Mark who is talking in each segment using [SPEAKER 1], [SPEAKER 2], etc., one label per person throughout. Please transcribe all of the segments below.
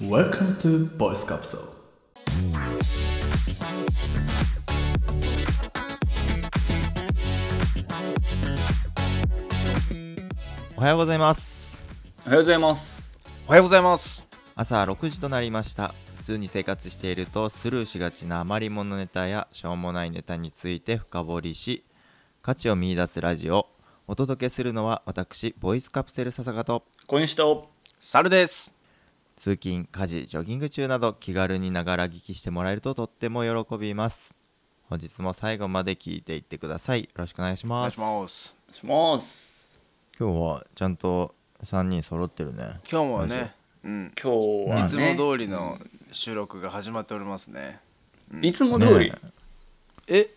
[SPEAKER 1] Welcome to Voice Capsule.
[SPEAKER 2] おはようございます
[SPEAKER 3] おはようございます。
[SPEAKER 4] おはようございます。
[SPEAKER 2] 朝6時となりました普通に生活しているとスルーしがちな余り物ネタやしょうもないネタについて深掘りし価値を見出すラジオお届けするのは私ボイスカプセル笹と
[SPEAKER 3] 小西と
[SPEAKER 4] サルです。
[SPEAKER 2] 通勤家事ジョギング中など気軽にながら聞きしてもらえるととっても喜びます本日も最後まで聞いていってくださいよろしくお願いし
[SPEAKER 4] お願
[SPEAKER 2] ま
[SPEAKER 4] い
[SPEAKER 2] す
[SPEAKER 4] します。
[SPEAKER 3] します。
[SPEAKER 2] 今日はちゃんと3人揃ってるね
[SPEAKER 4] 今日もね、うん、
[SPEAKER 3] 今日は、ね、
[SPEAKER 4] いつも通りの収録が始まっておりますね。
[SPEAKER 3] いつも通り、
[SPEAKER 2] ね
[SPEAKER 4] え、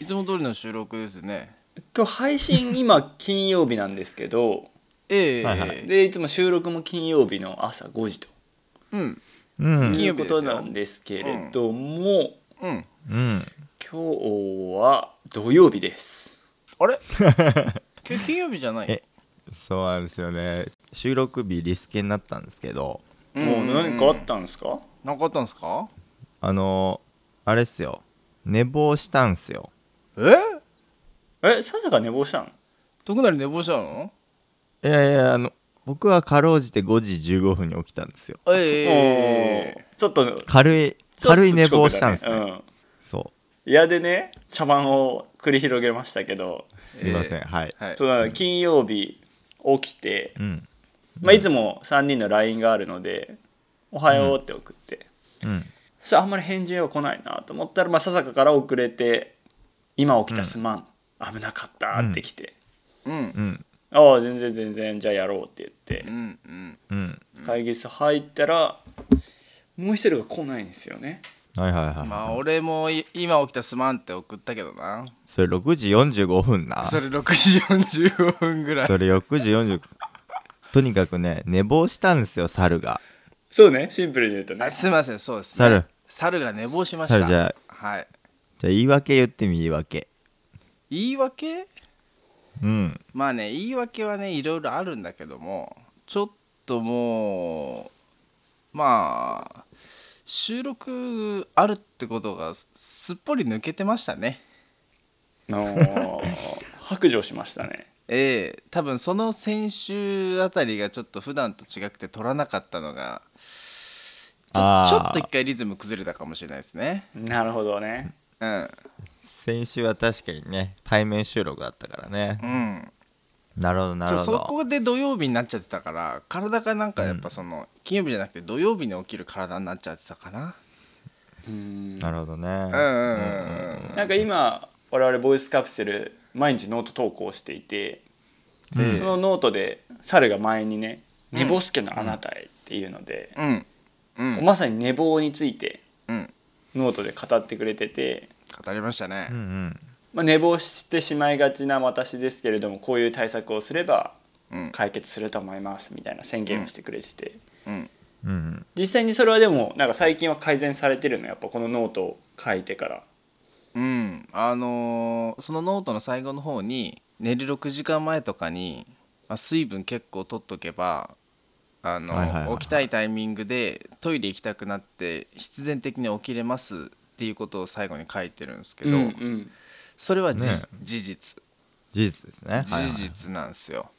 [SPEAKER 4] いつも通りの収録ですね。
[SPEAKER 3] 今日 配信今金曜日なんですけど、
[SPEAKER 4] ええ
[SPEAKER 2] はいは
[SPEAKER 3] でいつも収録も金曜日の朝5時と
[SPEAKER 4] うん、
[SPEAKER 2] うん
[SPEAKER 3] いうことなんですけれども、
[SPEAKER 4] うん。
[SPEAKER 2] うん
[SPEAKER 3] 今日は土曜日です。
[SPEAKER 4] あれ今日金曜日じゃない
[SPEAKER 2] えそうなんですよね収録日リスケになったんですけど
[SPEAKER 3] もう何かあったんですか？
[SPEAKER 4] なんかあったんですか
[SPEAKER 2] あのあれっすよ寝坊したんすよ
[SPEAKER 4] え
[SPEAKER 3] え、ささか寝坊したの？
[SPEAKER 4] 徳成寝坊したの
[SPEAKER 2] いやいやあの僕はかろうじて5時15分に起きたんですよ
[SPEAKER 4] ええ
[SPEAKER 3] おーちょっとちょっと
[SPEAKER 2] 軽い軽い寝坊したんですね
[SPEAKER 3] 遅刻だうん
[SPEAKER 2] そ
[SPEAKER 3] いやでね茶番を繰り広げましたけど、
[SPEAKER 2] うすいません、はい、
[SPEAKER 4] はい
[SPEAKER 3] そうだ金曜日起きて、
[SPEAKER 2] うん
[SPEAKER 3] まあ、いつも3人の LINE があるので「おはよう」って送って、
[SPEAKER 2] うん
[SPEAKER 3] そしたらあんまり返事が来ないなと思ったら、まあ、笹香から遅れて「今起きたすまん、危なかった」って来て
[SPEAKER 4] うん
[SPEAKER 2] うん
[SPEAKER 3] 「ああ全然全然じゃあやろう」って言
[SPEAKER 4] う
[SPEAKER 3] っ
[SPEAKER 4] んうん
[SPEAKER 2] うん
[SPEAKER 3] て会議室入ったらもう一人が来ないんですよね
[SPEAKER 2] はいはいはい、
[SPEAKER 4] まあ俺もい今起きたすまんって送ったけどな
[SPEAKER 2] それ6時45分な
[SPEAKER 4] それ6時45分ぐらい
[SPEAKER 2] それ6時45とにかくね寝坊したんですよ猿が
[SPEAKER 3] そうねシンプルに言うとね
[SPEAKER 4] あすいませんそうですね
[SPEAKER 2] 猿
[SPEAKER 4] 猿が寝坊しました
[SPEAKER 2] 猿じゃ
[SPEAKER 4] はい
[SPEAKER 2] じゃあ言い訳言ってみ言い訳
[SPEAKER 4] 言い訳
[SPEAKER 2] うん
[SPEAKER 4] まあね言い訳はねいろいろあるんだけどもちょっともうまあ収録あるってことがすすっぽり抜けてましたね
[SPEAKER 3] あのー白状しましたね
[SPEAKER 4] ええ多分その先週あたりがちょっと普段と違くて取らなかったのがち
[SPEAKER 2] あ
[SPEAKER 4] ょ
[SPEAKER 2] ー
[SPEAKER 4] ちょっと一回リズム崩れたかもしれないですね
[SPEAKER 3] なるほどね
[SPEAKER 4] うん
[SPEAKER 2] 先週は確かにね対面収録だったからね
[SPEAKER 4] うん
[SPEAKER 2] なるほどな
[SPEAKER 4] ち
[SPEAKER 2] る
[SPEAKER 4] ょ
[SPEAKER 2] ほ
[SPEAKER 4] そ
[SPEAKER 2] ど
[SPEAKER 4] こで土曜日になっちゃってたから体がなんかやっぱその、金曜日じゃなくて土曜日に起きる体になっちゃってたかな
[SPEAKER 3] うん
[SPEAKER 2] なるほどね
[SPEAKER 4] うんうんうんうん
[SPEAKER 3] なんか今我々ボイスカプセル毎日ノート投稿していて、
[SPEAKER 4] うん
[SPEAKER 3] そのノートで猿が前にね「寝坊助のあなたへ」っていうので、
[SPEAKER 4] うんうん
[SPEAKER 3] まさに寝坊について
[SPEAKER 4] うん
[SPEAKER 3] ノートで語ってくれてて、
[SPEAKER 4] 語りましたね
[SPEAKER 2] うんうん
[SPEAKER 3] まあ、寝坊してしまいがちな私ですけれどもこういう対策をすれば
[SPEAKER 4] うん
[SPEAKER 3] 解決すると思いますみたいな宣言をしてくれてて、
[SPEAKER 4] うん
[SPEAKER 2] うんうん
[SPEAKER 3] 実際にそれはでもなんか最近は改善されてるのやっぱこのノートを書いてから。
[SPEAKER 4] うんあのーそのノートの最後の方に寝る6時間前とかに、まあ、水分結構取っとけばあの、
[SPEAKER 2] はいはいはいはい
[SPEAKER 4] 起きたいタイミングでトイレ行きたくなって必然的に起きれますっていうことを最後に書いてるんですけど、
[SPEAKER 3] うんうん
[SPEAKER 4] それはじ、
[SPEAKER 2] ね
[SPEAKER 4] 事実
[SPEAKER 2] 事実ですねはいはい
[SPEAKER 4] 事実なんですよ、だか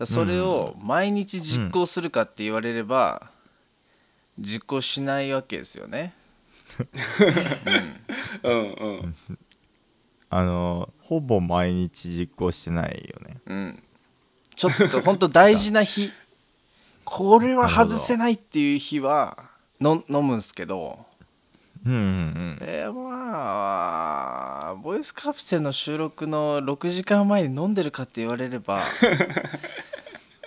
[SPEAKER 4] らそれを毎日実行するかって言われれば、実行しないわけですよね
[SPEAKER 3] うんうん
[SPEAKER 2] あのほぼ毎日実行してないよね
[SPEAKER 4] うんちょっと本当大事 な日これは外せないっていう日はの飲むんすけど
[SPEAKER 2] うんうん
[SPEAKER 4] えーまあボイスカプセルの収録の6時間前に飲んでるかって言われ れば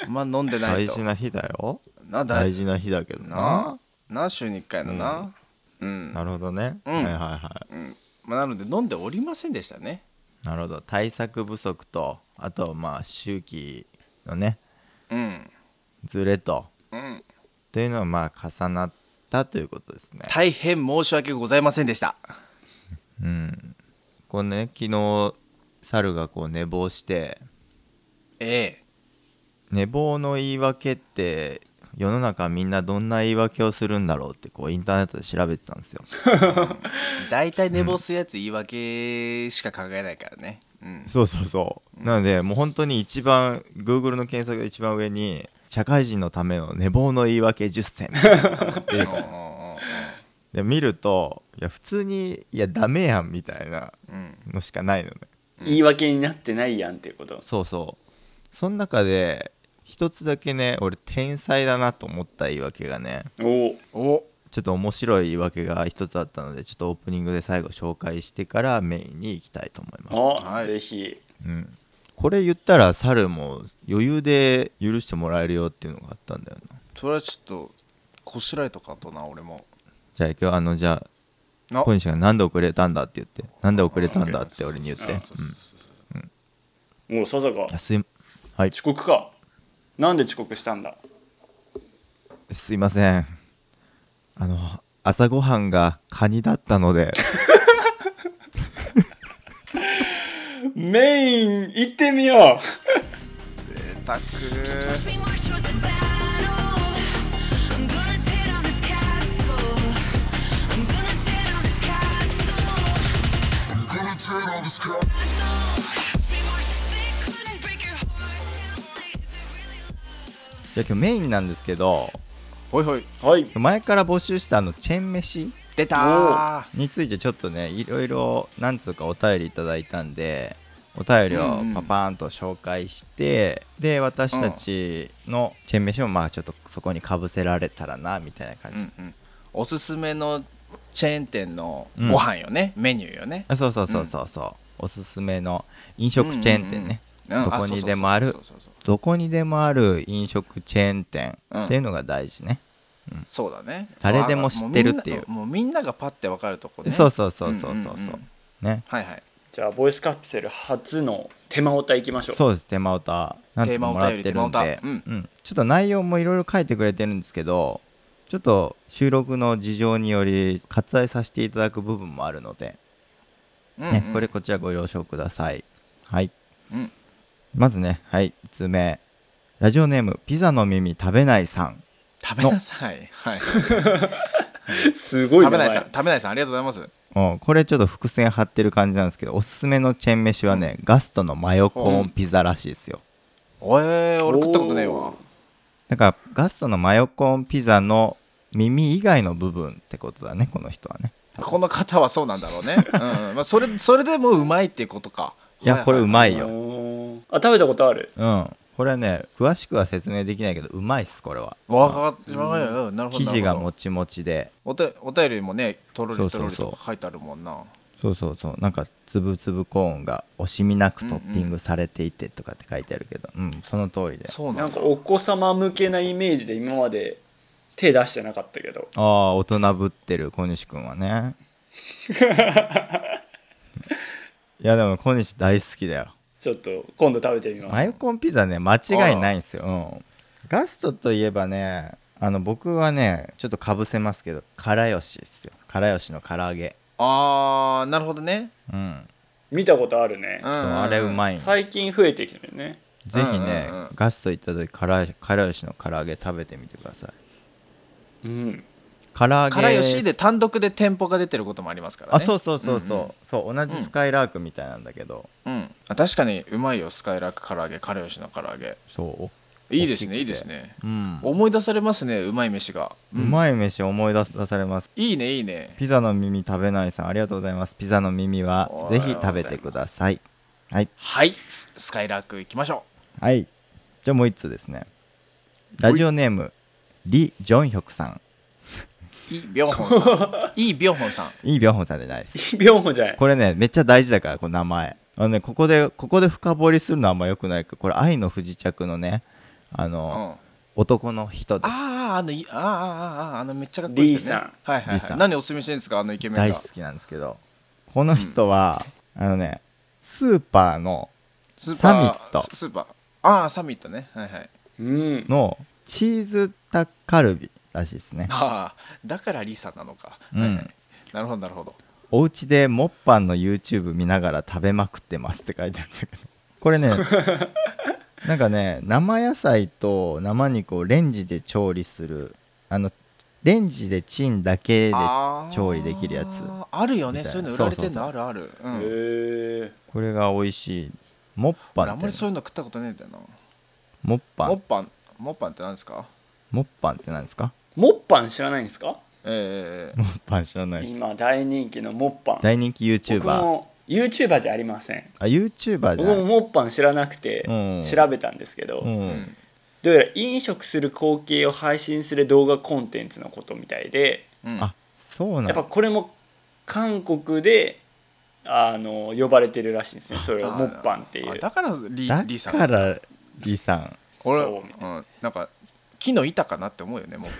[SPEAKER 4] まあ飲んで
[SPEAKER 2] うん
[SPEAKER 4] な
[SPEAKER 2] 大
[SPEAKER 4] いと
[SPEAKER 2] 事な日だよ
[SPEAKER 4] なだ
[SPEAKER 2] 大事な日だけどな
[SPEAKER 4] なな週に1回のなうん
[SPEAKER 2] なるほどね、
[SPEAKER 4] うん
[SPEAKER 2] はいはいは
[SPEAKER 4] まあ、なので飲んでおりませんでしたね
[SPEAKER 2] いなるほど対策不足とあとまあ周期のね
[SPEAKER 4] うん
[SPEAKER 2] ずれと
[SPEAKER 4] うん
[SPEAKER 2] というのはまあ重なったということですね
[SPEAKER 4] 大変申し訳ございませんでした
[SPEAKER 2] うんこれね昨日猿がこう寝坊して
[SPEAKER 4] ええ
[SPEAKER 2] 寝坊の言い訳って世の中みんなどんな言い訳をするんだろうってこうインターネットで調べてたんですよ
[SPEAKER 4] 大体寝坊するやつ言い訳しか考えないからねうん
[SPEAKER 2] そうそうそうなのでもう本当に一番 Google の検索で一番上に社会人のための寝坊の言い訳10選 みたいなのが出て
[SPEAKER 4] うん
[SPEAKER 2] で見るといや普通にいやダメやんみたいな
[SPEAKER 4] うんうん
[SPEAKER 2] のしかないのね
[SPEAKER 3] 言い訳になってないやんっていうこと
[SPEAKER 2] そうそうその中で一つだけね俺天才だなと思った言い訳がね
[SPEAKER 3] おお
[SPEAKER 4] うんお
[SPEAKER 2] ちょっと面白い言い訳が一つあったのでちょっとオープニングで最後紹介してからメインに行きたいと思いま
[SPEAKER 3] お、
[SPEAKER 4] はい
[SPEAKER 3] ぜひ
[SPEAKER 2] す、うん、これ言ったら猿も余裕で許してもらえるよっていうのがあったんだよな
[SPEAKER 4] それはちょっとこしらえとかんとな俺も
[SPEAKER 2] じゃあ今日あのじゃあ
[SPEAKER 4] な
[SPEAKER 2] 小西が「なんで遅れたんだ」って言って「なんで遅れたんだ」って俺に言って「う
[SPEAKER 4] あ
[SPEAKER 2] ん
[SPEAKER 4] そうそうそうそう
[SPEAKER 3] おう笹香
[SPEAKER 2] あすいはい
[SPEAKER 3] 遅刻かなんで遅刻したんだ
[SPEAKER 2] すいませんあの朝ごはんがカニだったので
[SPEAKER 3] メイン行ってみよ
[SPEAKER 4] 贅沢
[SPEAKER 5] Watch me march towards the battle. I'm gonna tear down this castle. I'm gonna tear down this castle.
[SPEAKER 6] gonna turn all this crap.
[SPEAKER 5] Watch me march as they couldn't break your heart. Now they- they really love-
[SPEAKER 2] じゃあ今日メインなんですけど
[SPEAKER 4] ほいほいう
[SPEAKER 3] はい
[SPEAKER 2] 前から募集したあのチェーン飯
[SPEAKER 4] 出たー
[SPEAKER 2] についてちょっとねいろいろなんつうかお便りいただいたんでお便りをパパーンと紹介して、で私たちのチェーン飯もまあちょっとそこにかぶせられたらなみたいな感じ、
[SPEAKER 4] おすすめのチェーン店の
[SPEAKER 2] うん
[SPEAKER 4] ご飯よね、メニューよね
[SPEAKER 2] あそうそうそうそうそう、おすすめの飲食チェーン店ね、
[SPEAKER 4] うん
[SPEAKER 2] どこにでもある
[SPEAKER 4] そうそうそう
[SPEAKER 2] どこにでもある飲食チェーン店っていうのが大事ね、
[SPEAKER 4] そうそうだね
[SPEAKER 2] 誰でも知ってるっていう
[SPEAKER 4] もうみんなもうみんながパッてわかるとこね
[SPEAKER 2] そうそうそうそうそうそう、
[SPEAKER 4] うんうんうん
[SPEAKER 2] ね
[SPEAKER 4] はいはい
[SPEAKER 3] じゃあボイスカプセル初の手間おたいきましょう
[SPEAKER 2] そうです手間歌なんてもらってるん
[SPEAKER 4] 手間歌よ
[SPEAKER 2] で
[SPEAKER 4] り手間歌
[SPEAKER 2] うんちょっと内容もいろいろ書いてくれてるんですけどちょっと収録の事情により割愛させていただく部分もあるので、
[SPEAKER 4] うんうん
[SPEAKER 2] ねこれこちらご了承くださいはい
[SPEAKER 4] うん
[SPEAKER 2] まずねはい1通目ラジオネームピザの耳食べないさん
[SPEAKER 4] 食べなさいはい食
[SPEAKER 3] すごい
[SPEAKER 4] べ
[SPEAKER 3] 名
[SPEAKER 4] ない
[SPEAKER 3] 前
[SPEAKER 4] さん食べないさんありがとうございます
[SPEAKER 2] うんこれちょっと伏線張ってる感じなんですけどおすすめのチェーン飯はねガストのマヨコーンピザらしいですよ
[SPEAKER 4] おえー、俺食ったことねえわ
[SPEAKER 2] だからガストのマヨコーンピザの耳以外の部分ってことだねこの人はね
[SPEAKER 4] この方はそうなんだろうね、うんうんまあ、それそれでもううまいっていうことか
[SPEAKER 2] いやこれうまい
[SPEAKER 3] お
[SPEAKER 2] よ
[SPEAKER 3] ーあ食べたことある
[SPEAKER 2] うんこれはね詳しくは説明できないけどうまいっすこれは
[SPEAKER 4] わかっわかるようんなるほ
[SPEAKER 2] 生地
[SPEAKER 4] どな
[SPEAKER 2] が
[SPEAKER 4] るほど
[SPEAKER 2] もちもちで
[SPEAKER 4] おてお便りもねとろりとろり
[SPEAKER 2] そう
[SPEAKER 4] と
[SPEAKER 2] そう
[SPEAKER 4] か書いてあるもんな
[SPEAKER 2] そうそうそうなんかつぶつぶコーンが惜しみなくトッピングされていてとかって書いてあるけどうん、その通りで
[SPEAKER 4] そう
[SPEAKER 3] な
[SPEAKER 4] なんん
[SPEAKER 3] か
[SPEAKER 4] だ
[SPEAKER 3] お子様向けなイメージで今まで手出してなかったけど
[SPEAKER 2] ああ大人ぶってる小西くんはね いやでも小西大好きだよ
[SPEAKER 3] ちょっと今度食べてみま
[SPEAKER 2] マ
[SPEAKER 3] す
[SPEAKER 2] ヨコーンピザね間違いないんですよ、うん、ガストといえばねあの僕はねちょっとかぶせますけどからよしですよからよしの唐揚げ
[SPEAKER 4] あーなるほどね、
[SPEAKER 2] うん、
[SPEAKER 3] 見たことあるね
[SPEAKER 4] うん
[SPEAKER 2] あれうまいんで、
[SPEAKER 3] 最近増えてきてるね
[SPEAKER 2] ぜひね、
[SPEAKER 4] うんうんうん
[SPEAKER 2] ガスト行った時からからよしの唐揚げ食べてみてください
[SPEAKER 3] うん
[SPEAKER 2] 唐揚げ
[SPEAKER 4] からよしで単独で店舗が出てることもありますからね
[SPEAKER 2] あそうそうそうそう,、
[SPEAKER 4] うん
[SPEAKER 2] そう同じスカイラークみたいなんだけど、
[SPEAKER 4] うん、あ確かにうまいよスカイラーク唐揚げからよしの唐揚げ
[SPEAKER 2] そ
[SPEAKER 4] いいですね
[SPEAKER 2] 大き
[SPEAKER 4] い
[SPEAKER 2] くて
[SPEAKER 4] いですね
[SPEAKER 2] ううんう
[SPEAKER 4] 思い出されますねうまい飯が、うん
[SPEAKER 2] まい飯思い出されます
[SPEAKER 4] いいねいいね
[SPEAKER 2] ピザの耳食べないさんありがとうございますピザの耳はぜひ食べてくださいはい
[SPEAKER 4] はいススカイラーク行きましょ
[SPEAKER 2] はいじゃあもう一つですねラジオネームリ・ジョンヒョクさん
[SPEAKER 4] ういいビョンホンさ んいいビョンホンさん
[SPEAKER 2] いいビョンホンさんじゃないです
[SPEAKER 3] 秒もじゃない
[SPEAKER 2] これねめっちゃ大事だからこの名前あのねここでここで深掘りするのはあんまよくないけどこれ「愛の不時着」のねあ
[SPEAKER 4] うん
[SPEAKER 2] の、
[SPEAKER 4] あ
[SPEAKER 2] 男の人です
[SPEAKER 4] ああのいあーあーあーあのめっちゃかっこいい人
[SPEAKER 3] リ
[SPEAKER 4] ね
[SPEAKER 3] ーさん
[SPEAKER 4] はいはい、
[SPEAKER 2] リー
[SPEAKER 4] は
[SPEAKER 2] さ
[SPEAKER 4] い、
[SPEAKER 2] ん
[SPEAKER 4] 何おすすめしてるんですかあのイケメンが
[SPEAKER 2] 大好きなんですけどこの人は、あのねスーパーの
[SPEAKER 4] スーパー
[SPEAKER 2] サミット
[SPEAKER 4] ススーパーああサミットねはいはい
[SPEAKER 3] うん
[SPEAKER 2] のチーズタッカルビらしいですね
[SPEAKER 4] ああだからリサなのか、
[SPEAKER 2] うん
[SPEAKER 4] はいはいなるほどなるほど
[SPEAKER 2] お家でモッ パンの YouTube 見ながら食べまくってますって書いてあるんだけどこれねなんかね生野菜と生肉をレンジで調理するあのレンジでチンだけで
[SPEAKER 4] あー
[SPEAKER 2] 調理できるやつ
[SPEAKER 4] あるよね
[SPEAKER 2] みたいな
[SPEAKER 4] そういうの売られてんの
[SPEAKER 2] そう
[SPEAKER 4] あるあるう
[SPEAKER 3] へ
[SPEAKER 4] ん
[SPEAKER 3] え
[SPEAKER 2] これが美味しいモッパ
[SPEAKER 4] 俺あ
[SPEAKER 2] ンっ
[SPEAKER 4] ん
[SPEAKER 2] て
[SPEAKER 4] まりそういうの食ったことねえんだよな
[SPEAKER 2] モッパ
[SPEAKER 4] モッ
[SPEAKER 2] ン
[SPEAKER 4] パンモッパンって何ですか
[SPEAKER 2] モッパンって何ですか
[SPEAKER 3] モッパン知らないんですか
[SPEAKER 4] ええ
[SPEAKER 2] モッパン知らないです
[SPEAKER 3] 今大人気のモッパン
[SPEAKER 2] 大人気 YouTuber
[SPEAKER 3] も YouTuber じゃありません
[SPEAKER 2] あ YouTuber じ
[SPEAKER 3] 僕
[SPEAKER 2] ゃ
[SPEAKER 3] も
[SPEAKER 2] ない
[SPEAKER 3] モッパン知らなくて
[SPEAKER 2] うん
[SPEAKER 3] 調べたんですけど、
[SPEAKER 2] うん、
[SPEAKER 4] うん
[SPEAKER 3] どうやら飲食する光景を配信する動画コンテンツのことみたいで
[SPEAKER 4] うん
[SPEAKER 2] あそうなん
[SPEAKER 3] やっぱこれも韓国であの呼ばれてるらしいんですねそれをモッパンってい
[SPEAKER 4] あ
[SPEAKER 3] う
[SPEAKER 4] だからリ
[SPEAKER 2] だ
[SPEAKER 4] リさん
[SPEAKER 2] からリさん
[SPEAKER 4] 俺
[SPEAKER 3] そうみたいな
[SPEAKER 4] うん、なんか木の板かなって思うよねも う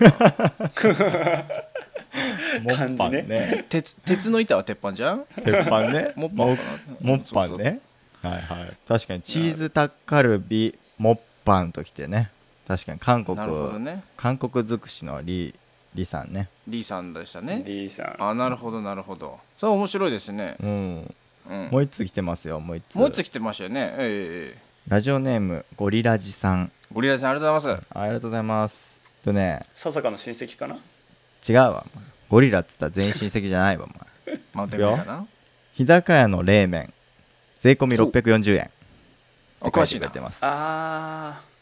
[SPEAKER 2] モッパン
[SPEAKER 3] 感じ
[SPEAKER 2] ね
[SPEAKER 4] 鉄鉄の板は鉄板じゃん
[SPEAKER 2] 鉄板ね
[SPEAKER 4] モッパンかな
[SPEAKER 2] モッパンねはいはい確かにチーズタッカルビモッパンときてね確かに韓国、
[SPEAKER 4] なるほどね
[SPEAKER 2] 韓国尽くしのリリさんね
[SPEAKER 4] リさんでしたね
[SPEAKER 3] リーさん
[SPEAKER 4] あなるほどなるほどそれ面白いですね、
[SPEAKER 2] うん
[SPEAKER 4] うん、
[SPEAKER 2] もう一つ来てますよもう一つ
[SPEAKER 4] もう一つ来てましたよねえええ
[SPEAKER 2] ラジオネームゴリラジさん
[SPEAKER 4] えゴリラさんありがとうございます
[SPEAKER 2] ありがとうございますとね
[SPEAKER 3] 笹香の親戚かな
[SPEAKER 2] 違うわお前ゴリラっつったら全員親戚じゃないわお前
[SPEAKER 4] マウンテンバイクかな
[SPEAKER 2] 日高屋の冷麺税込み
[SPEAKER 4] ほう
[SPEAKER 2] 640円
[SPEAKER 4] お詳し
[SPEAKER 2] って書て
[SPEAKER 4] いな
[SPEAKER 2] くれてます
[SPEAKER 3] あー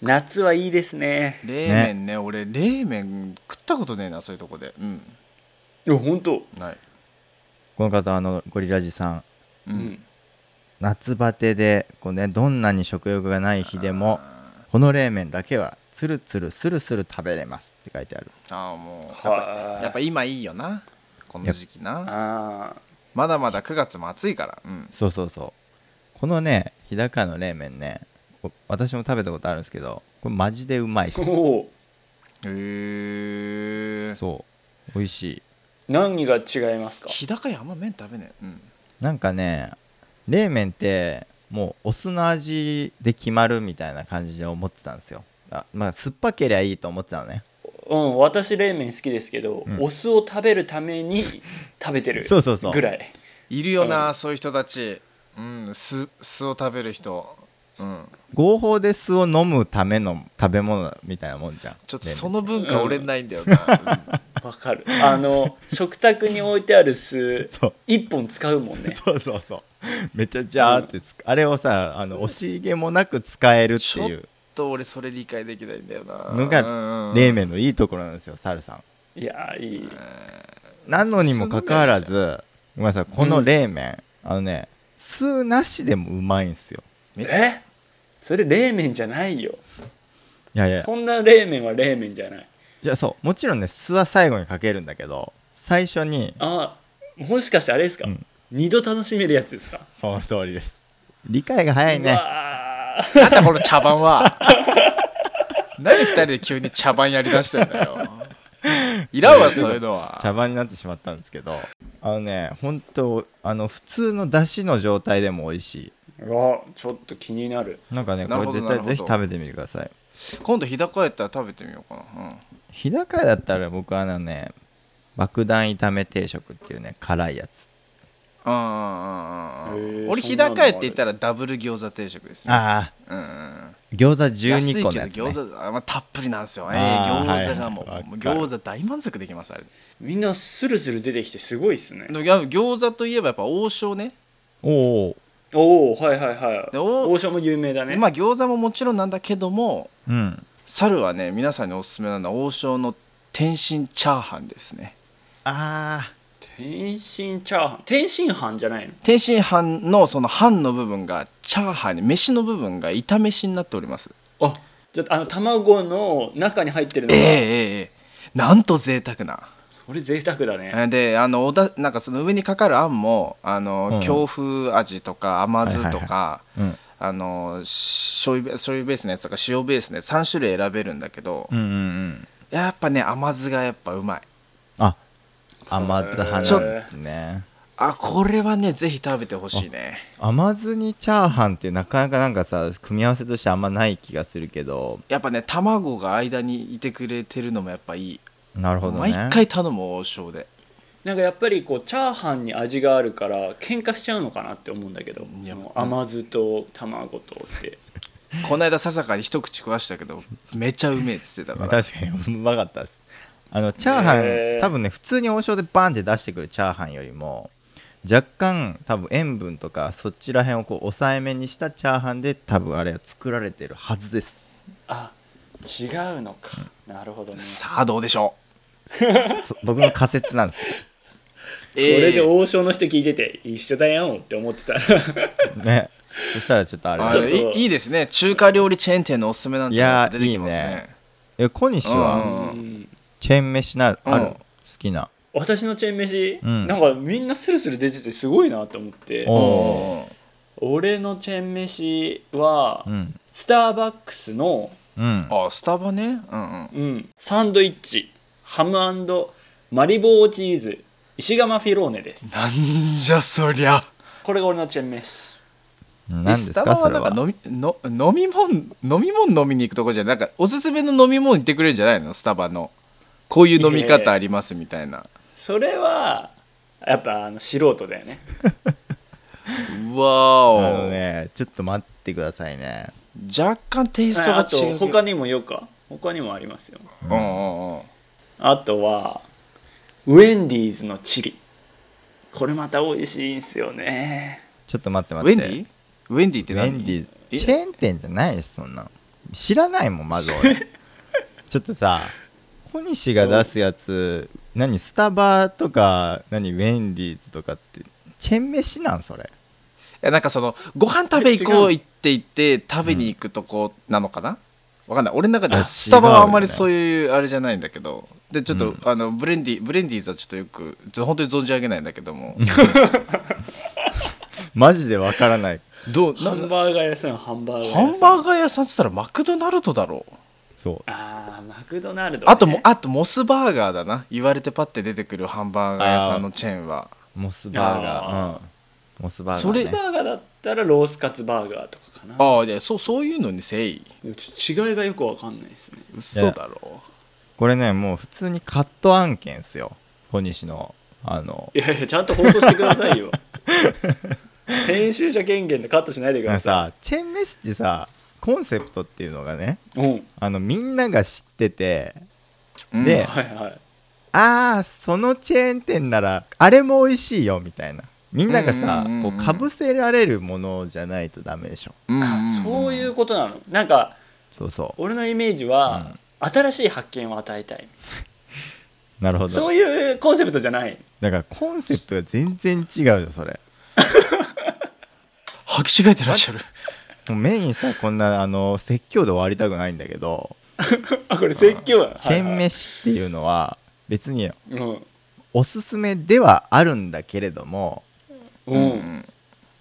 [SPEAKER 3] 夏はいいですね
[SPEAKER 4] 冷麺ね俺冷麺食ったことねえなそういうとこでうん
[SPEAKER 3] いや本当
[SPEAKER 4] ない、
[SPEAKER 2] この方あのゴリラジさん
[SPEAKER 4] う
[SPEAKER 3] うんん
[SPEAKER 2] 夏バテでこう、ね、どんなに食欲がない日でも
[SPEAKER 4] あ
[SPEAKER 2] この冷麺だけはつるつるスルスル食べれますって書いてある
[SPEAKER 4] ーあーもう
[SPEAKER 3] はい
[SPEAKER 4] やっぱ今いいよなこの時期な
[SPEAKER 3] あー
[SPEAKER 4] まだまだ9月も暑いからうん
[SPEAKER 2] そうそうそうこのね日高の冷麺ねこ私も食べたことあるんですけどこれマジでうまいっす
[SPEAKER 3] おお
[SPEAKER 4] へえ
[SPEAKER 2] そう美味しい
[SPEAKER 3] 何が違いますか
[SPEAKER 4] 日高屋あんま麺食べねえうん
[SPEAKER 2] なんかね冷麺ってもうお酢の味で決まるみたいな感じで思ってたんですよあまあ酸っぱけりゃいいと思ってたのね
[SPEAKER 3] うん私冷麺好きですけど、
[SPEAKER 2] うん
[SPEAKER 3] お酢を食べるた めに食べてる
[SPEAKER 2] そうそうそう
[SPEAKER 3] ぐらい
[SPEAKER 4] いるよな、
[SPEAKER 3] う
[SPEAKER 4] そういう人たちうん酢酢を食べる人うん
[SPEAKER 2] 合法で酢を飲むための食べ物みたいなもんじゃん
[SPEAKER 4] ちょっと
[SPEAKER 2] 冷麺
[SPEAKER 4] その文化俺ないんだよな、
[SPEAKER 3] わかるあの 食卓に置いてある酢
[SPEAKER 2] そう
[SPEAKER 3] 一本使うもんね
[SPEAKER 2] そうそうそうめちゃジャーってつ、あれをさあの惜しげもなく使えるって
[SPEAKER 4] ち
[SPEAKER 2] い
[SPEAKER 4] ょっ
[SPEAKER 2] う
[SPEAKER 4] と俺それ理解できないんだよな
[SPEAKER 2] の
[SPEAKER 4] うんう
[SPEAKER 2] が
[SPEAKER 4] ん
[SPEAKER 2] 冷麺のいいところなんですよサルさん
[SPEAKER 3] いやいい
[SPEAKER 2] なのにもかかわらずごめんなさいこの冷麺、あのね酢なしでもうまいんすよ
[SPEAKER 3] えそれ冷麺じゃないよ
[SPEAKER 2] いやいや
[SPEAKER 3] こんな冷麺は冷麺じゃない
[SPEAKER 2] いやそうもちろんね酢は最後にかけるんだけど最初に
[SPEAKER 3] あもしかしてあれですか、
[SPEAKER 2] うん
[SPEAKER 3] 二度楽しめるやつですか
[SPEAKER 2] その通りです理解が早いうね
[SPEAKER 3] わー
[SPEAKER 4] なんだこの茶番は何二人で急に茶番やりだしてんだよいらんわそういうのは
[SPEAKER 2] 茶番になってしまったんですけどあのね本当あの普通の出汁の状態でも美味し
[SPEAKER 3] うわちょっと気になる
[SPEAKER 2] いなんかね
[SPEAKER 4] な
[SPEAKER 2] こ
[SPEAKER 4] る
[SPEAKER 2] れ
[SPEAKER 4] ほど
[SPEAKER 2] 絶対
[SPEAKER 4] なるほど
[SPEAKER 2] ぜひ食べてみてください
[SPEAKER 4] 今度日高屋行ったら食べてみようかな、うん、
[SPEAKER 2] 日高屋だったら僕はあのね爆弾炒め定食っていうね辛いやつ
[SPEAKER 4] うんうんうんうん
[SPEAKER 3] へ
[SPEAKER 4] う
[SPEAKER 3] え
[SPEAKER 4] ん俺日高屋って言ったらダブル餃子定食ですね
[SPEAKER 2] ああ
[SPEAKER 4] うんうん
[SPEAKER 2] 餃子12個の
[SPEAKER 4] 安
[SPEAKER 2] や
[SPEAKER 4] い
[SPEAKER 2] つ、
[SPEAKER 4] けど
[SPEAKER 2] ね、
[SPEAKER 4] 餃子あ、まあ、たっぷりなんですよね
[SPEAKER 2] あー
[SPEAKER 4] 餃子がもう,、
[SPEAKER 2] はいはいわかる
[SPEAKER 4] 餃子大満足できますあれ
[SPEAKER 3] みんなスルスル出てきてすごいですね
[SPEAKER 4] でもや餃子といえばやっぱ王将ね
[SPEAKER 2] おお
[SPEAKER 3] おおはいはいはい
[SPEAKER 4] でお
[SPEAKER 3] 王将も有名だね、
[SPEAKER 4] まあ餃子ももちろんなんだけども
[SPEAKER 2] うん
[SPEAKER 4] 猿はね皆さんにおすすめなのは王将の天津チャーハンですね
[SPEAKER 2] あ
[SPEAKER 3] 天津チャーハン天津飯じゃないの
[SPEAKER 4] 天津飯のその飯の部分がチャーハンに飯の部分が炒飯になっております
[SPEAKER 3] あちょっとあの卵の中に入ってるの
[SPEAKER 4] え
[SPEAKER 3] が、
[SPEAKER 4] えええええなんと贅沢な
[SPEAKER 3] それ贅沢だね
[SPEAKER 4] えであのおだなんかその上にかかるあんもあの、
[SPEAKER 2] うん
[SPEAKER 4] 強風味とか甘酢とか、
[SPEAKER 2] はいはいあうん
[SPEAKER 4] あのし醤油醤油ベースのやつとか塩ベースのやつ3種類選べるんだけど、
[SPEAKER 2] うんうんうん
[SPEAKER 4] やっぱね甘酢がやっぱうまい
[SPEAKER 2] あ甘酢派なんですね
[SPEAKER 4] あこれはねぜひ食べてほしいね
[SPEAKER 2] 甘酢にチャーハンってなかなかなんかさ組み合わせとしてあんまない気がするけど
[SPEAKER 4] やっぱね卵が間にいてくれてるのもやっぱいい、
[SPEAKER 2] なるほどね
[SPEAKER 4] 毎回頼む王将で
[SPEAKER 3] なんかやっぱりこうチャーハンに味があるから喧嘩しちゃうのかなって思うんだけど
[SPEAKER 4] いや
[SPEAKER 3] その甘酢と卵とって
[SPEAKER 4] この間笹川に一口食わしたけどめちゃうめえっつってたから
[SPEAKER 2] 確かにう まかったですあのチャーハン、
[SPEAKER 3] へー
[SPEAKER 2] 多分ね普通に王将でバンって出してくるチャーハンよりも若干多分塩分とかそっちら辺をこう抑えめにしたチャーハンで多分あれは作られてるはずです
[SPEAKER 3] あ違うのかなるほどね
[SPEAKER 4] さあどうでしょ
[SPEAKER 2] そ僕の仮説 なんですけ
[SPEAKER 4] う
[SPEAKER 3] これで
[SPEAKER 4] え
[SPEAKER 3] 王将の人聞いてて一緒だよって思ってたら
[SPEAKER 2] どねそしたらちょっとあれ
[SPEAKER 4] あ
[SPEAKER 3] ちょっと
[SPEAKER 4] いいいいですね中華料理チェーン店のおすすめなんて
[SPEAKER 2] いやー
[SPEAKER 4] 出てきます
[SPEAKER 2] いい
[SPEAKER 4] ね
[SPEAKER 2] ねえ小西
[SPEAKER 4] う
[SPEAKER 2] は
[SPEAKER 4] ん
[SPEAKER 3] うん
[SPEAKER 2] チェーン飯なるある、
[SPEAKER 4] うん
[SPEAKER 2] 好きな
[SPEAKER 3] 私のチェーン飯、
[SPEAKER 2] うん
[SPEAKER 3] なんかみんなスルスル出ててすごいなと思って
[SPEAKER 2] お
[SPEAKER 4] おー
[SPEAKER 3] 俺のチェーン飯は、
[SPEAKER 2] うん
[SPEAKER 3] スターバックスの、
[SPEAKER 2] うん
[SPEAKER 4] あスタバねうんうん
[SPEAKER 3] うん、サンドイッチハムマリボーチーズ石窯フィローネです
[SPEAKER 4] なんじゃそりゃ
[SPEAKER 3] これが俺のチェーン飯
[SPEAKER 2] 何
[SPEAKER 4] で
[SPEAKER 2] です
[SPEAKER 4] スタ
[SPEAKER 2] か
[SPEAKER 4] バ
[SPEAKER 2] そ
[SPEAKER 4] は
[SPEAKER 2] れ
[SPEAKER 4] なん
[SPEAKER 2] は
[SPEAKER 4] か飲みの飲み物飲み物飲みに行くとこじゃないなんかおすすめの飲み物行ってくれるんじゃないのスタバのこういう飲み方ありますみたいな
[SPEAKER 3] それはやっぱあの素人だよね
[SPEAKER 4] うわ
[SPEAKER 2] あの
[SPEAKER 4] お、
[SPEAKER 2] ねちょっと待ってくださいね
[SPEAKER 4] 若干テイストが
[SPEAKER 3] あ
[SPEAKER 4] 違
[SPEAKER 3] と
[SPEAKER 4] う
[SPEAKER 3] 他にもよか他にもありますよ
[SPEAKER 4] うんうんうん
[SPEAKER 3] あとはウェンディーズのチリこれまた美味しいんすよね
[SPEAKER 2] ちょっと待って
[SPEAKER 4] ウ
[SPEAKER 2] 待
[SPEAKER 4] ェ
[SPEAKER 2] っ
[SPEAKER 4] ン
[SPEAKER 2] て
[SPEAKER 4] ディウェンディって
[SPEAKER 2] ウェ
[SPEAKER 4] 何
[SPEAKER 2] ンディ
[SPEAKER 4] え
[SPEAKER 2] チェーン店じゃないしそんなん知らないもんまず 俺ちょっとさ小西が出すやつ何スタバとか何ウェンディーズとかってチェーン飯なんそれ
[SPEAKER 4] いやなんかそのご飯食べ行こう
[SPEAKER 3] 違
[SPEAKER 4] 行って行って食べに行くとこなのかな、わかんない俺の中では
[SPEAKER 2] あ
[SPEAKER 4] スタバはあんまり
[SPEAKER 2] 違うよね
[SPEAKER 4] そういうあれじゃないんだけどでちょっと、
[SPEAKER 2] うん
[SPEAKER 4] あのブレンディブレンディーズはちょっとよくちょ本当に存じ上げないんだけども
[SPEAKER 2] マジでわからない
[SPEAKER 4] どう
[SPEAKER 3] ハ
[SPEAKER 4] な
[SPEAKER 3] ン
[SPEAKER 4] んだ
[SPEAKER 3] バーガー屋さんハンバーガー屋さ
[SPEAKER 4] ハ
[SPEAKER 3] ん
[SPEAKER 4] ンバーガー屋さんっつったらマクドナルドだろう
[SPEAKER 2] そ
[SPEAKER 3] あーマクドナルド、ね、
[SPEAKER 4] あともあとモスバーガーだな言われてパッて出てくるハンバーガー屋さんのチェーンは
[SPEAKER 2] うモスバーガー
[SPEAKER 3] あ
[SPEAKER 2] う
[SPEAKER 3] ー
[SPEAKER 2] んモスバー
[SPEAKER 4] そ
[SPEAKER 2] ガ
[SPEAKER 4] れ
[SPEAKER 2] ー、
[SPEAKER 3] ハン
[SPEAKER 2] ね、
[SPEAKER 3] バーガーだったらロースカツバーガーとかかな
[SPEAKER 4] ああいやそうそういうのにせい
[SPEAKER 3] でもちょっと違いがよくわかんないですね
[SPEAKER 4] 嘘だろ
[SPEAKER 2] これねもう普通にカット案件っすよ小西のあの
[SPEAKER 3] いやいやちゃんと放送してくださ いよ編集者権限でカットしないでく
[SPEAKER 2] なん
[SPEAKER 3] だ
[SPEAKER 2] か
[SPEAKER 3] さ
[SPEAKER 2] さチェーン飯ってさコンセプトっていうのがね
[SPEAKER 3] いうん
[SPEAKER 2] あのみんなが知ってて
[SPEAKER 4] うん
[SPEAKER 2] で
[SPEAKER 3] はいはい
[SPEAKER 2] あーそのチェーン店ならあれも美味しいよみたいなみんながさ
[SPEAKER 4] うんうんうん
[SPEAKER 2] こ
[SPEAKER 4] うん
[SPEAKER 2] うかぶせられるものじゃないとダメでしょ
[SPEAKER 4] うん
[SPEAKER 3] あそういうことなのなんか
[SPEAKER 2] そうそ
[SPEAKER 3] 俺のイメージは、新しい発見を与えたいう
[SPEAKER 2] なるほど
[SPEAKER 3] そういうコンセプトじゃない
[SPEAKER 2] だからコンセプトが全然違うよそれ
[SPEAKER 4] 履き違えてらっしゃる
[SPEAKER 2] もうメインさこんなあの説教で終わりたくないんだけど
[SPEAKER 3] あこれ説教は
[SPEAKER 2] チェーン
[SPEAKER 3] メ
[SPEAKER 2] 飯っていうのは別に
[SPEAKER 3] うん
[SPEAKER 2] おすすめではあるんだけれども
[SPEAKER 3] う
[SPEAKER 4] うんん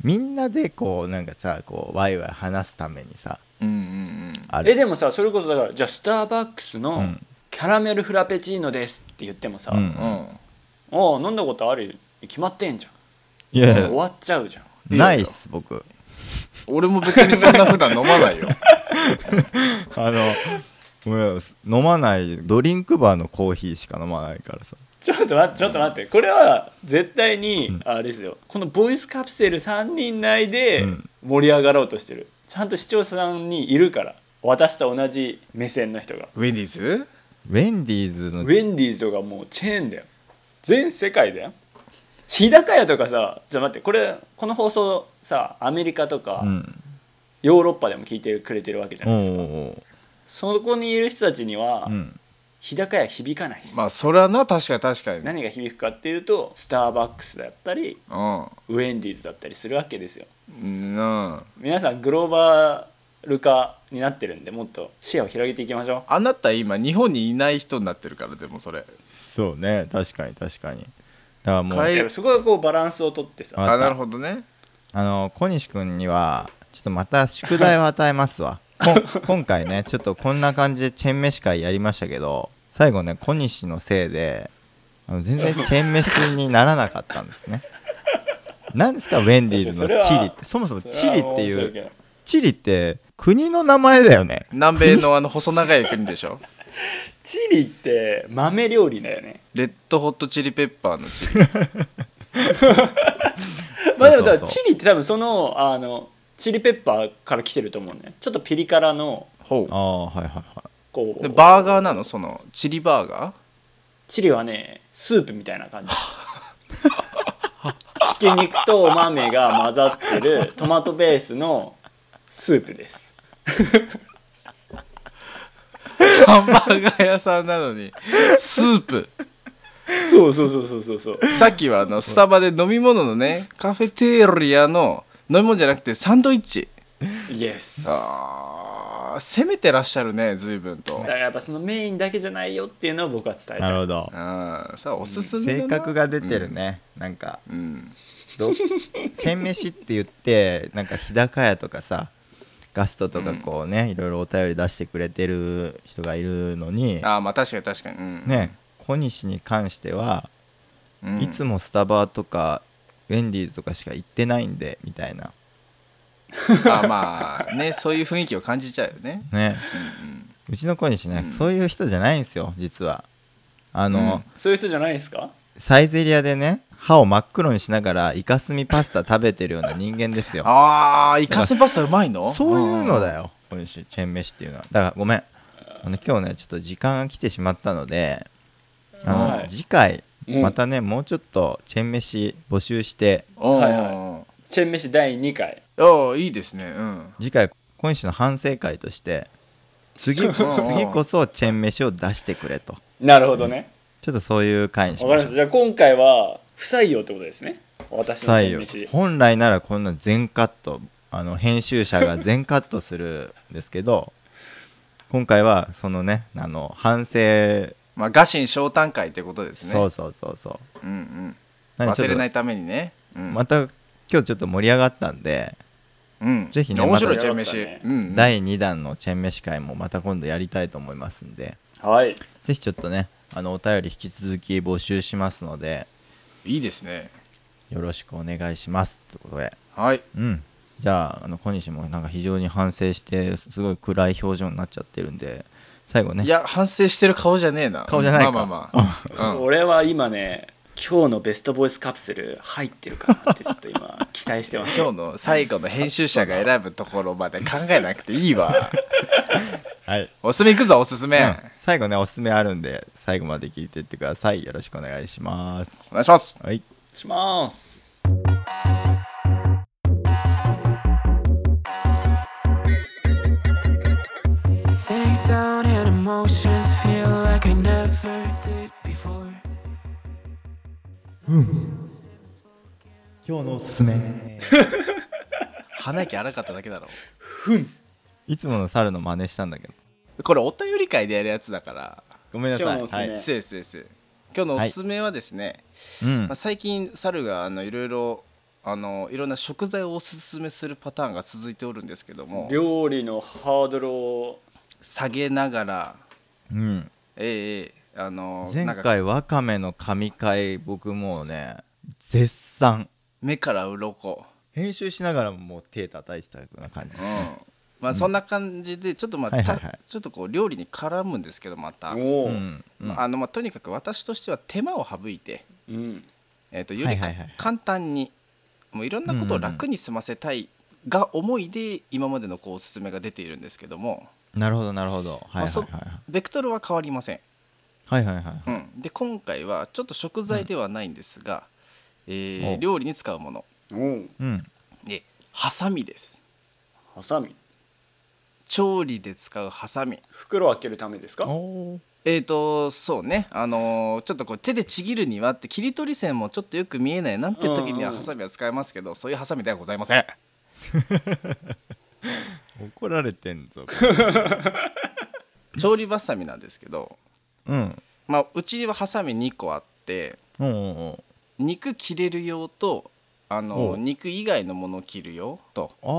[SPEAKER 2] みんなでこうなんかさこうワイワイ話すためにさ
[SPEAKER 4] うんうん
[SPEAKER 2] あ
[SPEAKER 3] え
[SPEAKER 2] れ
[SPEAKER 3] でもさそれこそだからじゃあスターバックス
[SPEAKER 2] う
[SPEAKER 3] の
[SPEAKER 2] ん
[SPEAKER 3] キャラメルフラペチーノですって言ってもさ、
[SPEAKER 2] う
[SPEAKER 4] うん
[SPEAKER 2] ん
[SPEAKER 4] うん
[SPEAKER 3] おう飲んだことあるに決まってんじ
[SPEAKER 2] い
[SPEAKER 3] ゃ
[SPEAKER 2] や
[SPEAKER 3] ん
[SPEAKER 2] い
[SPEAKER 3] 終
[SPEAKER 2] や
[SPEAKER 3] わっちゃうじゃん
[SPEAKER 2] ないっす僕
[SPEAKER 4] 俺も別にそんな普段飲まないよ
[SPEAKER 2] あのごめんなさい飲まないドリンクバーのコーヒーしか飲まないからさ
[SPEAKER 3] ちょっと待ってちょっと待ってこれは絶対に、
[SPEAKER 2] うん
[SPEAKER 3] あれですよこのボイスカプセル3人内で
[SPEAKER 2] うん
[SPEAKER 3] 盛り上がろうとしてるちゃんと視聴者さんにいるから私と同じ目線の人が
[SPEAKER 4] ウェンディーズ
[SPEAKER 2] ウェンディーズ
[SPEAKER 3] ウ
[SPEAKER 2] の
[SPEAKER 3] ェンディーズとかもうチェーンだよ全世界だよ日高屋とかさちょっと待ってこれこの放送さアメリカとか、
[SPEAKER 2] うん
[SPEAKER 3] ヨーロッパでも聞いてくれてるわけじゃ
[SPEAKER 2] おう
[SPEAKER 3] ない、
[SPEAKER 2] おう
[SPEAKER 3] そこにいる人たちには、
[SPEAKER 2] おううん
[SPEAKER 3] 日高屋響かないです、
[SPEAKER 4] まあそれはな確かに確かに
[SPEAKER 3] 何が響くかっていうとスターバックスだったり
[SPEAKER 4] うん
[SPEAKER 3] ウェンディーズだったりするわけですよ
[SPEAKER 4] うん
[SPEAKER 3] 皆さんグローバル化になってるんでもっと視野を広げていきましょ
[SPEAKER 4] あなた今日本にいない人になってるからでもそれ
[SPEAKER 2] そうね確かに確かにだからも
[SPEAKER 4] 帰
[SPEAKER 3] う
[SPEAKER 2] う
[SPEAKER 4] り
[SPEAKER 3] いやそこはこうバランスをとって
[SPEAKER 2] わ
[SPEAKER 3] さ
[SPEAKER 2] か
[SPEAKER 4] あ
[SPEAKER 2] った
[SPEAKER 4] なるほどね
[SPEAKER 2] あの小西君にはちょっとまた宿題を与えます わこん今回ねちょっとこんな感じでチェーン飯会やりましたけど最後ね小西のせいであの全然チェーン飯にならなかったんですねなんです かウェンディーズのチリってそもそもチリっていうチリって国の名前だよね
[SPEAKER 4] 南米のあの細長い国でし ょ
[SPEAKER 3] チリって豆料理だよね
[SPEAKER 4] レッドホットチリペッパーのチリ
[SPEAKER 3] まあでも
[SPEAKER 2] そうそう
[SPEAKER 3] だからチリって多分そのあのチリペッパーから来てると思うねちょっとピリ辛の
[SPEAKER 4] ほ
[SPEAKER 2] ああはいはいは
[SPEAKER 3] こ
[SPEAKER 4] うで
[SPEAKER 3] う
[SPEAKER 4] バーガーなのそのチリバー ガー
[SPEAKER 3] チリはねスープみたいな感じ ひき肉とお豆が混ざってるトマトベースのスープです
[SPEAKER 4] ハンバーガー屋さんなのにスープ
[SPEAKER 3] そうそうそうそうそうそう
[SPEAKER 4] さっきはあのスタバで飲み物のねカフェテリアの飲み物じゃなくてサンドイッチ
[SPEAKER 3] イエスだか
[SPEAKER 4] あー攻めてらっしゃるね随分と
[SPEAKER 3] らやっぱそのメインだけじゃないよっていうのを僕は伝え
[SPEAKER 2] いな
[SPEAKER 3] た
[SPEAKER 2] る
[SPEAKER 3] い
[SPEAKER 2] ほど
[SPEAKER 4] ああさあおすすめだ
[SPEAKER 2] 性
[SPEAKER 4] な
[SPEAKER 2] 格が出てるね、なんか
[SPEAKER 4] うん
[SPEAKER 2] ど鮮飯って言ってなんか日高屋とかさガストとかこうね、いろいろお便り出してくれてる人がいるのに
[SPEAKER 4] ああまあ確かに確かにうん
[SPEAKER 2] ね小西に関しては、
[SPEAKER 4] うん
[SPEAKER 2] いつもスタバとかウェンディーズとかしか行ってないんでみたいな
[SPEAKER 4] あーまあねそういう雰囲気を感じちゃうよね
[SPEAKER 2] ね、うちの子にしない、そういう人じゃないんですよ実はあの、
[SPEAKER 3] そういう人じゃないですか
[SPEAKER 2] サイゼリアでね歯を真っ黒にしながらイカスミパスタ食べてるような人間ですよ
[SPEAKER 4] ああイカスパスタうまいの
[SPEAKER 2] そういうの
[SPEAKER 4] よ
[SPEAKER 2] だよ小西チェーン飯っていうのはだからごめんあの今日ねちょっと時間が来てしまったのであの、
[SPEAKER 3] はい
[SPEAKER 2] 次回
[SPEAKER 3] うん
[SPEAKER 2] またね、もうちょっとチェーン飯募集して
[SPEAKER 3] はい
[SPEAKER 4] は
[SPEAKER 3] はチェーン飯第2回
[SPEAKER 4] いああいいですねうん
[SPEAKER 2] 次回小西の反省会として次次こそチェーン飯を出してくれと
[SPEAKER 3] なるほどね
[SPEAKER 2] ちょっとそういう回にし
[SPEAKER 3] わ
[SPEAKER 2] ま
[SPEAKER 3] かり
[SPEAKER 2] し
[SPEAKER 3] ま
[SPEAKER 2] ょう
[SPEAKER 3] したじゃあ今回は不採用ってことですね私のチェーン
[SPEAKER 2] 採用
[SPEAKER 3] 飯
[SPEAKER 2] 本来ならこんな全カットあの編集者 が全カットするんですけど今回はそのねあの反省
[SPEAKER 4] まあ餓心昇胆会ってことですね
[SPEAKER 2] そうそうそうそう
[SPEAKER 4] うんう
[SPEAKER 2] なんんでちょ
[SPEAKER 4] 忘
[SPEAKER 2] っと
[SPEAKER 4] れないためにねうん
[SPEAKER 2] また今日ちょっと盛り上がったんで、
[SPEAKER 4] うん
[SPEAKER 2] ぜひね
[SPEAKER 4] 面白い
[SPEAKER 2] また
[SPEAKER 4] チェーン飯
[SPEAKER 3] やろうかね
[SPEAKER 4] うんうん
[SPEAKER 2] 第2弾のチェンメシ会もまた今度やりたいと思いますんで
[SPEAKER 3] はい
[SPEAKER 2] ぜひちょっとねあのお便り引き続き募集しますので
[SPEAKER 4] いいですね
[SPEAKER 2] よろしくお願いしますってことで
[SPEAKER 4] はい
[SPEAKER 2] うんじゃああの小西もなんか非常に反省してすごい暗い表情になっちゃってるんで最後ね
[SPEAKER 4] いや反省してる顔じゃねえな
[SPEAKER 2] 顔じゃないか
[SPEAKER 4] まあまあ まあうん
[SPEAKER 3] 俺は今ね今日のベストボイスカプセル入ってるかなってちょっと今期待してます
[SPEAKER 4] 今日の最後の編集者が選ぶところまで考えなくていい わ
[SPEAKER 2] はい、
[SPEAKER 4] おすすめいくぞおすすめ、
[SPEAKER 2] うん最後ねおすすめあるんで最後まで聞いてってくださいよろしくお願いします
[SPEAKER 4] お願いします
[SPEAKER 2] はい
[SPEAKER 3] します
[SPEAKER 2] 今日のおすすめ
[SPEAKER 4] 鼻息荒かっただけだろ
[SPEAKER 2] いつもの猿の真似したんだけど
[SPEAKER 4] これお便り会でやるやつだから
[SPEAKER 2] ごめんなさい
[SPEAKER 3] 今日のおすすめ
[SPEAKER 2] はい
[SPEAKER 4] 失礼失礼失礼今日のおすすめはですね、
[SPEAKER 2] うん
[SPEAKER 4] まあ、最近猿があのいろいろあのいろんな食材をおすすめするパターンが続いておるんですけども
[SPEAKER 3] 料理のハードルを
[SPEAKER 4] 下げながら
[SPEAKER 2] うん
[SPEAKER 4] ええええあの
[SPEAKER 2] 前
[SPEAKER 4] なんか
[SPEAKER 2] 回わかめの神回僕もうね絶賛
[SPEAKER 4] 目から鱗
[SPEAKER 2] 編集しながらももう手叩いてたような感じです
[SPEAKER 4] うん
[SPEAKER 2] ね、
[SPEAKER 4] まあそんな感じでちょっとまあ、
[SPEAKER 2] はい
[SPEAKER 4] た
[SPEAKER 2] はいはい
[SPEAKER 4] ちょっとこう料理に絡むんですけどまた、
[SPEAKER 3] お
[SPEAKER 2] う
[SPEAKER 3] お、
[SPEAKER 2] んうん
[SPEAKER 4] あのまあ、とにかく私としては手間を省いて、
[SPEAKER 3] うん、
[SPEAKER 4] えー、とよりか、
[SPEAKER 2] はいはいはい
[SPEAKER 4] 簡単にもういろんなことを楽に済ませたいが思いで今までのこうおすすめが出ているんですけども
[SPEAKER 2] なるほどなるほどはいはい
[SPEAKER 4] そ
[SPEAKER 2] は
[SPEAKER 4] ベクトルは変わりません、
[SPEAKER 2] いはいはいはいは
[SPEAKER 4] う
[SPEAKER 2] い
[SPEAKER 4] ん、で今回はちょっと食材ではないんですが、えー
[SPEAKER 2] お
[SPEAKER 4] 料理に使うもの
[SPEAKER 3] お
[SPEAKER 2] うん
[SPEAKER 4] でハサミです
[SPEAKER 3] おハサミ
[SPEAKER 4] 調理で使うハサミ
[SPEAKER 3] 袋を開けるためですか
[SPEAKER 2] おー
[SPEAKER 4] えーとそうねあのーちょっとこう手でちぎるにはって切り取り線もちょっとよく見えないなんて時には
[SPEAKER 3] うんうん
[SPEAKER 4] ハサミは使えますけど、そういうハサミではございません
[SPEAKER 2] 怒られてんぞ
[SPEAKER 4] 調理バサミなんですけど
[SPEAKER 2] うん
[SPEAKER 4] まあ、うちはハサミ2個あって
[SPEAKER 2] おうお
[SPEAKER 4] 肉切れる用とあ
[SPEAKER 2] お
[SPEAKER 4] の
[SPEAKER 2] う
[SPEAKER 4] 肉以外のものを切る用と
[SPEAKER 2] うお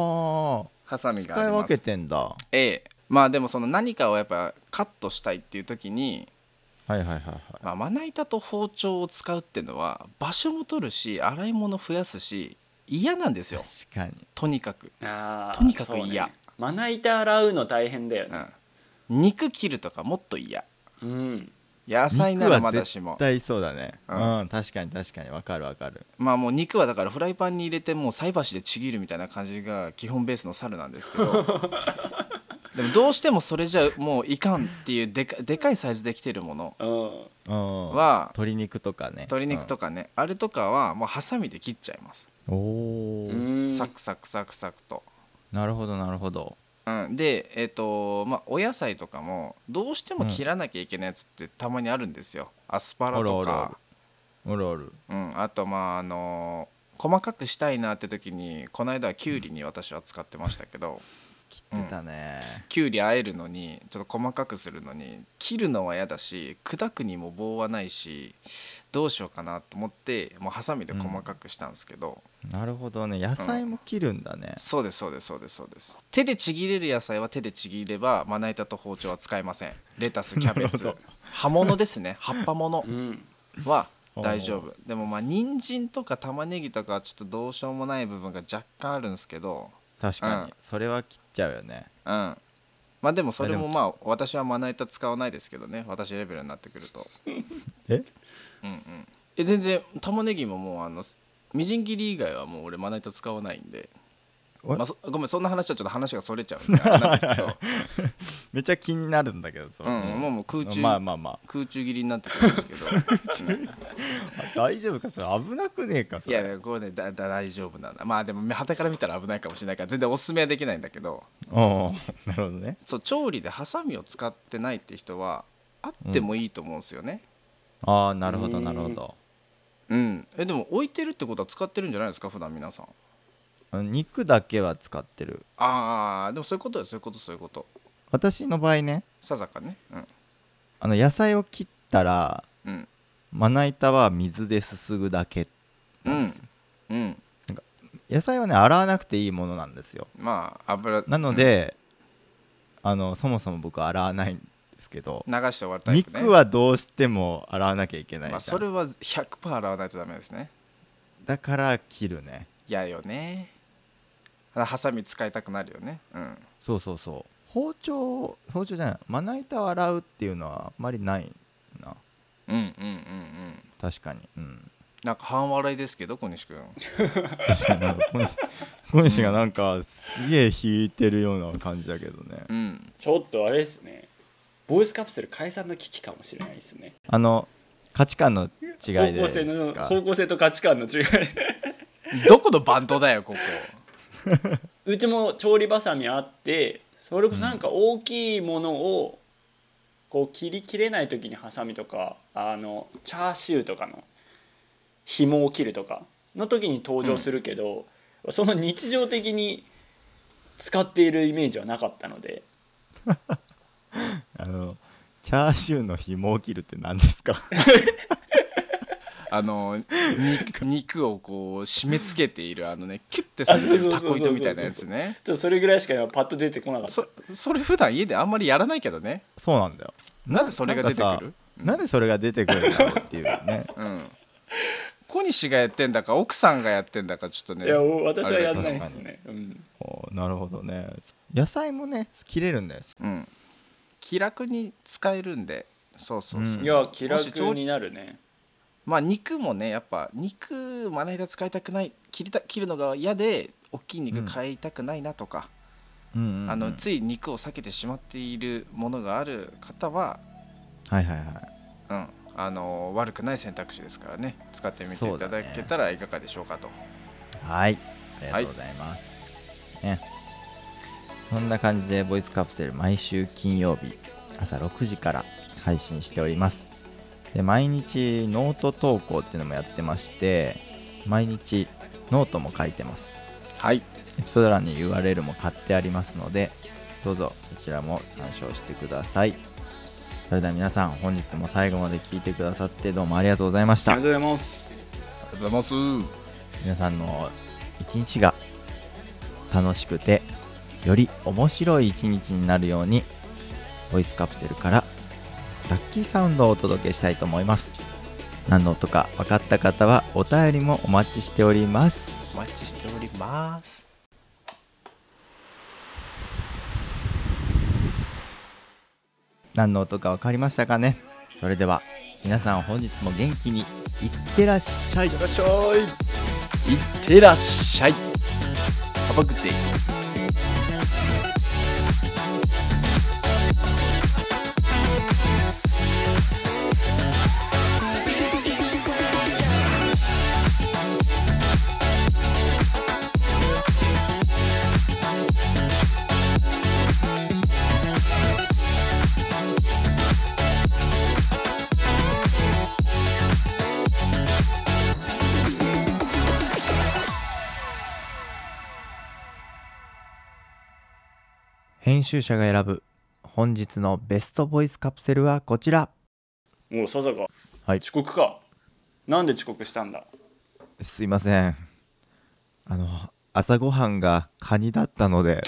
[SPEAKER 2] うあ
[SPEAKER 4] ハサ
[SPEAKER 2] あ
[SPEAKER 4] ミがあ
[SPEAKER 2] 使い
[SPEAKER 4] りま
[SPEAKER 2] 分
[SPEAKER 4] す
[SPEAKER 2] けてんだは
[SPEAKER 4] ええまあでもその何かをやっぱカットしたいっていう時に、
[SPEAKER 2] いはいはいはい
[SPEAKER 4] まあ、まな板と包丁を使うっていうのは場所も取るし洗い物増やすし嫌なんですよ
[SPEAKER 2] 確かに
[SPEAKER 4] とにかく、
[SPEAKER 3] あー
[SPEAKER 4] とにかく嫌
[SPEAKER 3] そうねまな板洗うの大変だよ
[SPEAKER 4] う
[SPEAKER 3] ね
[SPEAKER 4] ん、肉切るとかもっと嫌
[SPEAKER 3] うん
[SPEAKER 4] 野菜な
[SPEAKER 2] 肉
[SPEAKER 4] ら
[SPEAKER 2] は
[SPEAKER 4] まだし
[SPEAKER 2] 絶
[SPEAKER 4] も
[SPEAKER 2] 対そうだねう
[SPEAKER 4] うん
[SPEAKER 2] ん、確かに確かにわかるわかる
[SPEAKER 4] まあもう肉はだからフライパンに入れてもう菜箸でちぎるみたいな感じが基本ベースの猿なんですけ どでもどうしてもそれじゃもういかんっていうでかでかいサイズできてるもの
[SPEAKER 3] うん
[SPEAKER 2] うん
[SPEAKER 4] は
[SPEAKER 2] 鶏肉とかね
[SPEAKER 4] 鶏肉と
[SPEAKER 2] か、
[SPEAKER 4] かね、あれとかはもうハサミで切っちゃいます、
[SPEAKER 2] うんおお、
[SPEAKER 3] うん
[SPEAKER 4] サクサクサクサクと、
[SPEAKER 2] なるほどなるほど
[SPEAKER 4] うん、でえっ、とまあお野菜とかもどうしても切らなきゃいけないやつってたまにあるんですよアスパ
[SPEAKER 2] あ
[SPEAKER 4] ラと
[SPEAKER 2] るある
[SPEAKER 4] か
[SPEAKER 2] おるおる
[SPEAKER 4] うん、あとまああの細かくしたいなって時にこの間はきゅうりに私は使ってましたけど
[SPEAKER 2] 切ってたね、
[SPEAKER 4] きゅうりあえるのにちょっと細かくするのに切るのは嫌だし砕くにも棒はないしどうしようかなと思ってもうハサミで細かくしたんですけど、
[SPEAKER 2] なるほどね野菜も切るんだね、
[SPEAKER 4] そうですそうですそうですそうです手でちぎれる野菜は手でちぎればまな板と包丁は使えませんレタスキャベツ葉物ですね葉っぱもの
[SPEAKER 3] うん
[SPEAKER 4] は大丈夫でもまあ人参とか玉ねぎとかはちょっとどうしようもない部分が若干あるんですけど
[SPEAKER 2] 確かに、
[SPEAKER 4] うん
[SPEAKER 2] それは切っちゃうよね
[SPEAKER 4] うんまあでもそれ
[SPEAKER 2] あで
[SPEAKER 4] も
[SPEAKER 2] も
[SPEAKER 4] まあ私はまな板使わないですけどね私レベルになってくると
[SPEAKER 2] え
[SPEAKER 4] うんうんえ全然玉ねぎももうあのみじん切り以外はもう俺まな板使わないんで
[SPEAKER 2] お
[SPEAKER 4] まあ、そごめんそんな話はちょっと話がそれちゃうんであれなんですけ ど
[SPEAKER 2] めっちゃ気になるんだけどそれ
[SPEAKER 4] うんうんもうもう空中
[SPEAKER 2] まあまあま
[SPEAKER 4] 空中切りになってくるんで すけどうん
[SPEAKER 2] あ大丈夫かそれ危なくねえかそ
[SPEAKER 4] い
[SPEAKER 2] れ
[SPEAKER 4] やいやこれねだだ大丈夫なんだまあでもはたから見たら危ないかもしれないから全然おすすめはできないんだけど
[SPEAKER 2] おう なるほどね
[SPEAKER 4] そう調理でハサミを使ってないって人はあってもいいと思うんですよね
[SPEAKER 2] ああなるほどなるほど
[SPEAKER 4] うん、えでも置いてるってことは使ってるんじゃないですか普段皆さん
[SPEAKER 2] 肉だけは使ってる
[SPEAKER 4] ああでもそういうことよそういうことそういうこと
[SPEAKER 2] 私の場合ね
[SPEAKER 4] ささかねうん
[SPEAKER 2] あの野菜を切ったら
[SPEAKER 4] うん
[SPEAKER 2] まな板は水ですすぐだけなんですよ
[SPEAKER 4] うん
[SPEAKER 2] 野菜はね洗わなくていいものなんですよ
[SPEAKER 4] まあ油
[SPEAKER 2] なの、で、あのそもそも僕は洗わないんですけど、
[SPEAKER 4] うん流して終わるタイプね
[SPEAKER 2] 肉はどうしても洗わなきゃいけないじゃん、
[SPEAKER 4] まあ、それは100%洗わないとダメですね
[SPEAKER 2] だから切るね
[SPEAKER 4] 嫌よねハサミ使いたくなるよねうん
[SPEAKER 2] そうそうそう包丁包丁じゃないまな板を洗うっていうのはあんまりないな
[SPEAKER 4] うんうんうんうん
[SPEAKER 2] 確かにうん
[SPEAKER 4] なんか半笑いですけど小西君
[SPEAKER 2] 確かになんか小西小西がなんかすげえ引いてるような感じだけどね
[SPEAKER 4] うん
[SPEAKER 3] ちょっとあれですねボーイスカプセル解散の危機かもしれないですね
[SPEAKER 2] あの価値観の違い
[SPEAKER 3] 方
[SPEAKER 2] で
[SPEAKER 3] 向性
[SPEAKER 2] す
[SPEAKER 3] の
[SPEAKER 2] か
[SPEAKER 3] 方向性と価値観の違い
[SPEAKER 4] どこのバンドだよここ
[SPEAKER 3] うちも調理バサミあってそれこそなんか大きいものをこう切り切れない時にハサミとかあのチャーシューとかの紐を切るとかの時に登場するけど、その日常的に使っているイメージはなかったので
[SPEAKER 2] あのチャーシューの紐を切るって何ですか
[SPEAKER 4] あの 肉肉をこう締め付けているあのねキュッてさせてるタコ糸みたいなやつね
[SPEAKER 3] ちょっとそれぐらいしか今パッと出てこなかった
[SPEAKER 4] そそれ普段家であんまりやらないけどね
[SPEAKER 2] そうなんだよ
[SPEAKER 4] なぜそれが出て
[SPEAKER 2] なんかさ
[SPEAKER 4] くる
[SPEAKER 2] なんでそれが出てくるんだろうっていうね
[SPEAKER 4] うん小西がやってんだか奥さんがやってんだかちょっとね
[SPEAKER 3] いや私はやんないですね、うん、
[SPEAKER 2] おーなるほどね野菜もね切れるんだよ
[SPEAKER 4] うん気楽に使えるんでそうそうそう、
[SPEAKER 2] うん
[SPEAKER 3] いや気
[SPEAKER 4] もし調
[SPEAKER 3] 楽
[SPEAKER 4] 理
[SPEAKER 3] になるね
[SPEAKER 4] まあ肉もねやっぱ肉まな板使いたくない切りた切るのが嫌で大きい肉買いたくないなとか、
[SPEAKER 2] うんうんうん
[SPEAKER 4] あのつい肉を避けてしまっているものがある方は、
[SPEAKER 2] はいはいはい
[SPEAKER 4] うん、あの悪くない選択肢ですからね使ってみていただけたらいかがでしょうかと
[SPEAKER 2] はいありがとうございます、ねそんな感じでボイスカプセル毎週金曜日朝6時から配信しておりますで毎日ノート投稿っていうのもやってまして毎日ノートも書いてます
[SPEAKER 4] はい
[SPEAKER 2] エピソード欄に URL も貼ってありますのでどうぞそちらも参照してくださいそれでは皆さん本日も最後まで聞いてくださってどうもありがとうございまし
[SPEAKER 3] あ
[SPEAKER 2] た
[SPEAKER 3] りがとうございます
[SPEAKER 4] ありがとうございます
[SPEAKER 2] 皆さんの一日が楽しくてより面白い一日になるようにボイスカプセルからラッキーサウンドをお届けしたいと思います何の音か分かった方はお便りもお待ちしております
[SPEAKER 4] お待ちしております
[SPEAKER 2] 何の音か分かりましたかねそれでは皆さん本日も元気にいってらっしゃい
[SPEAKER 3] らっしゃい
[SPEAKER 4] いってらっしゃいパパグッデイ
[SPEAKER 2] 編集者が選ぶ本日のベストボイスカプセルはこちら
[SPEAKER 3] もうささか
[SPEAKER 2] はい
[SPEAKER 3] 遅刻かなんで遅刻したんだ
[SPEAKER 2] すいませんあの朝ごはんがカニだったので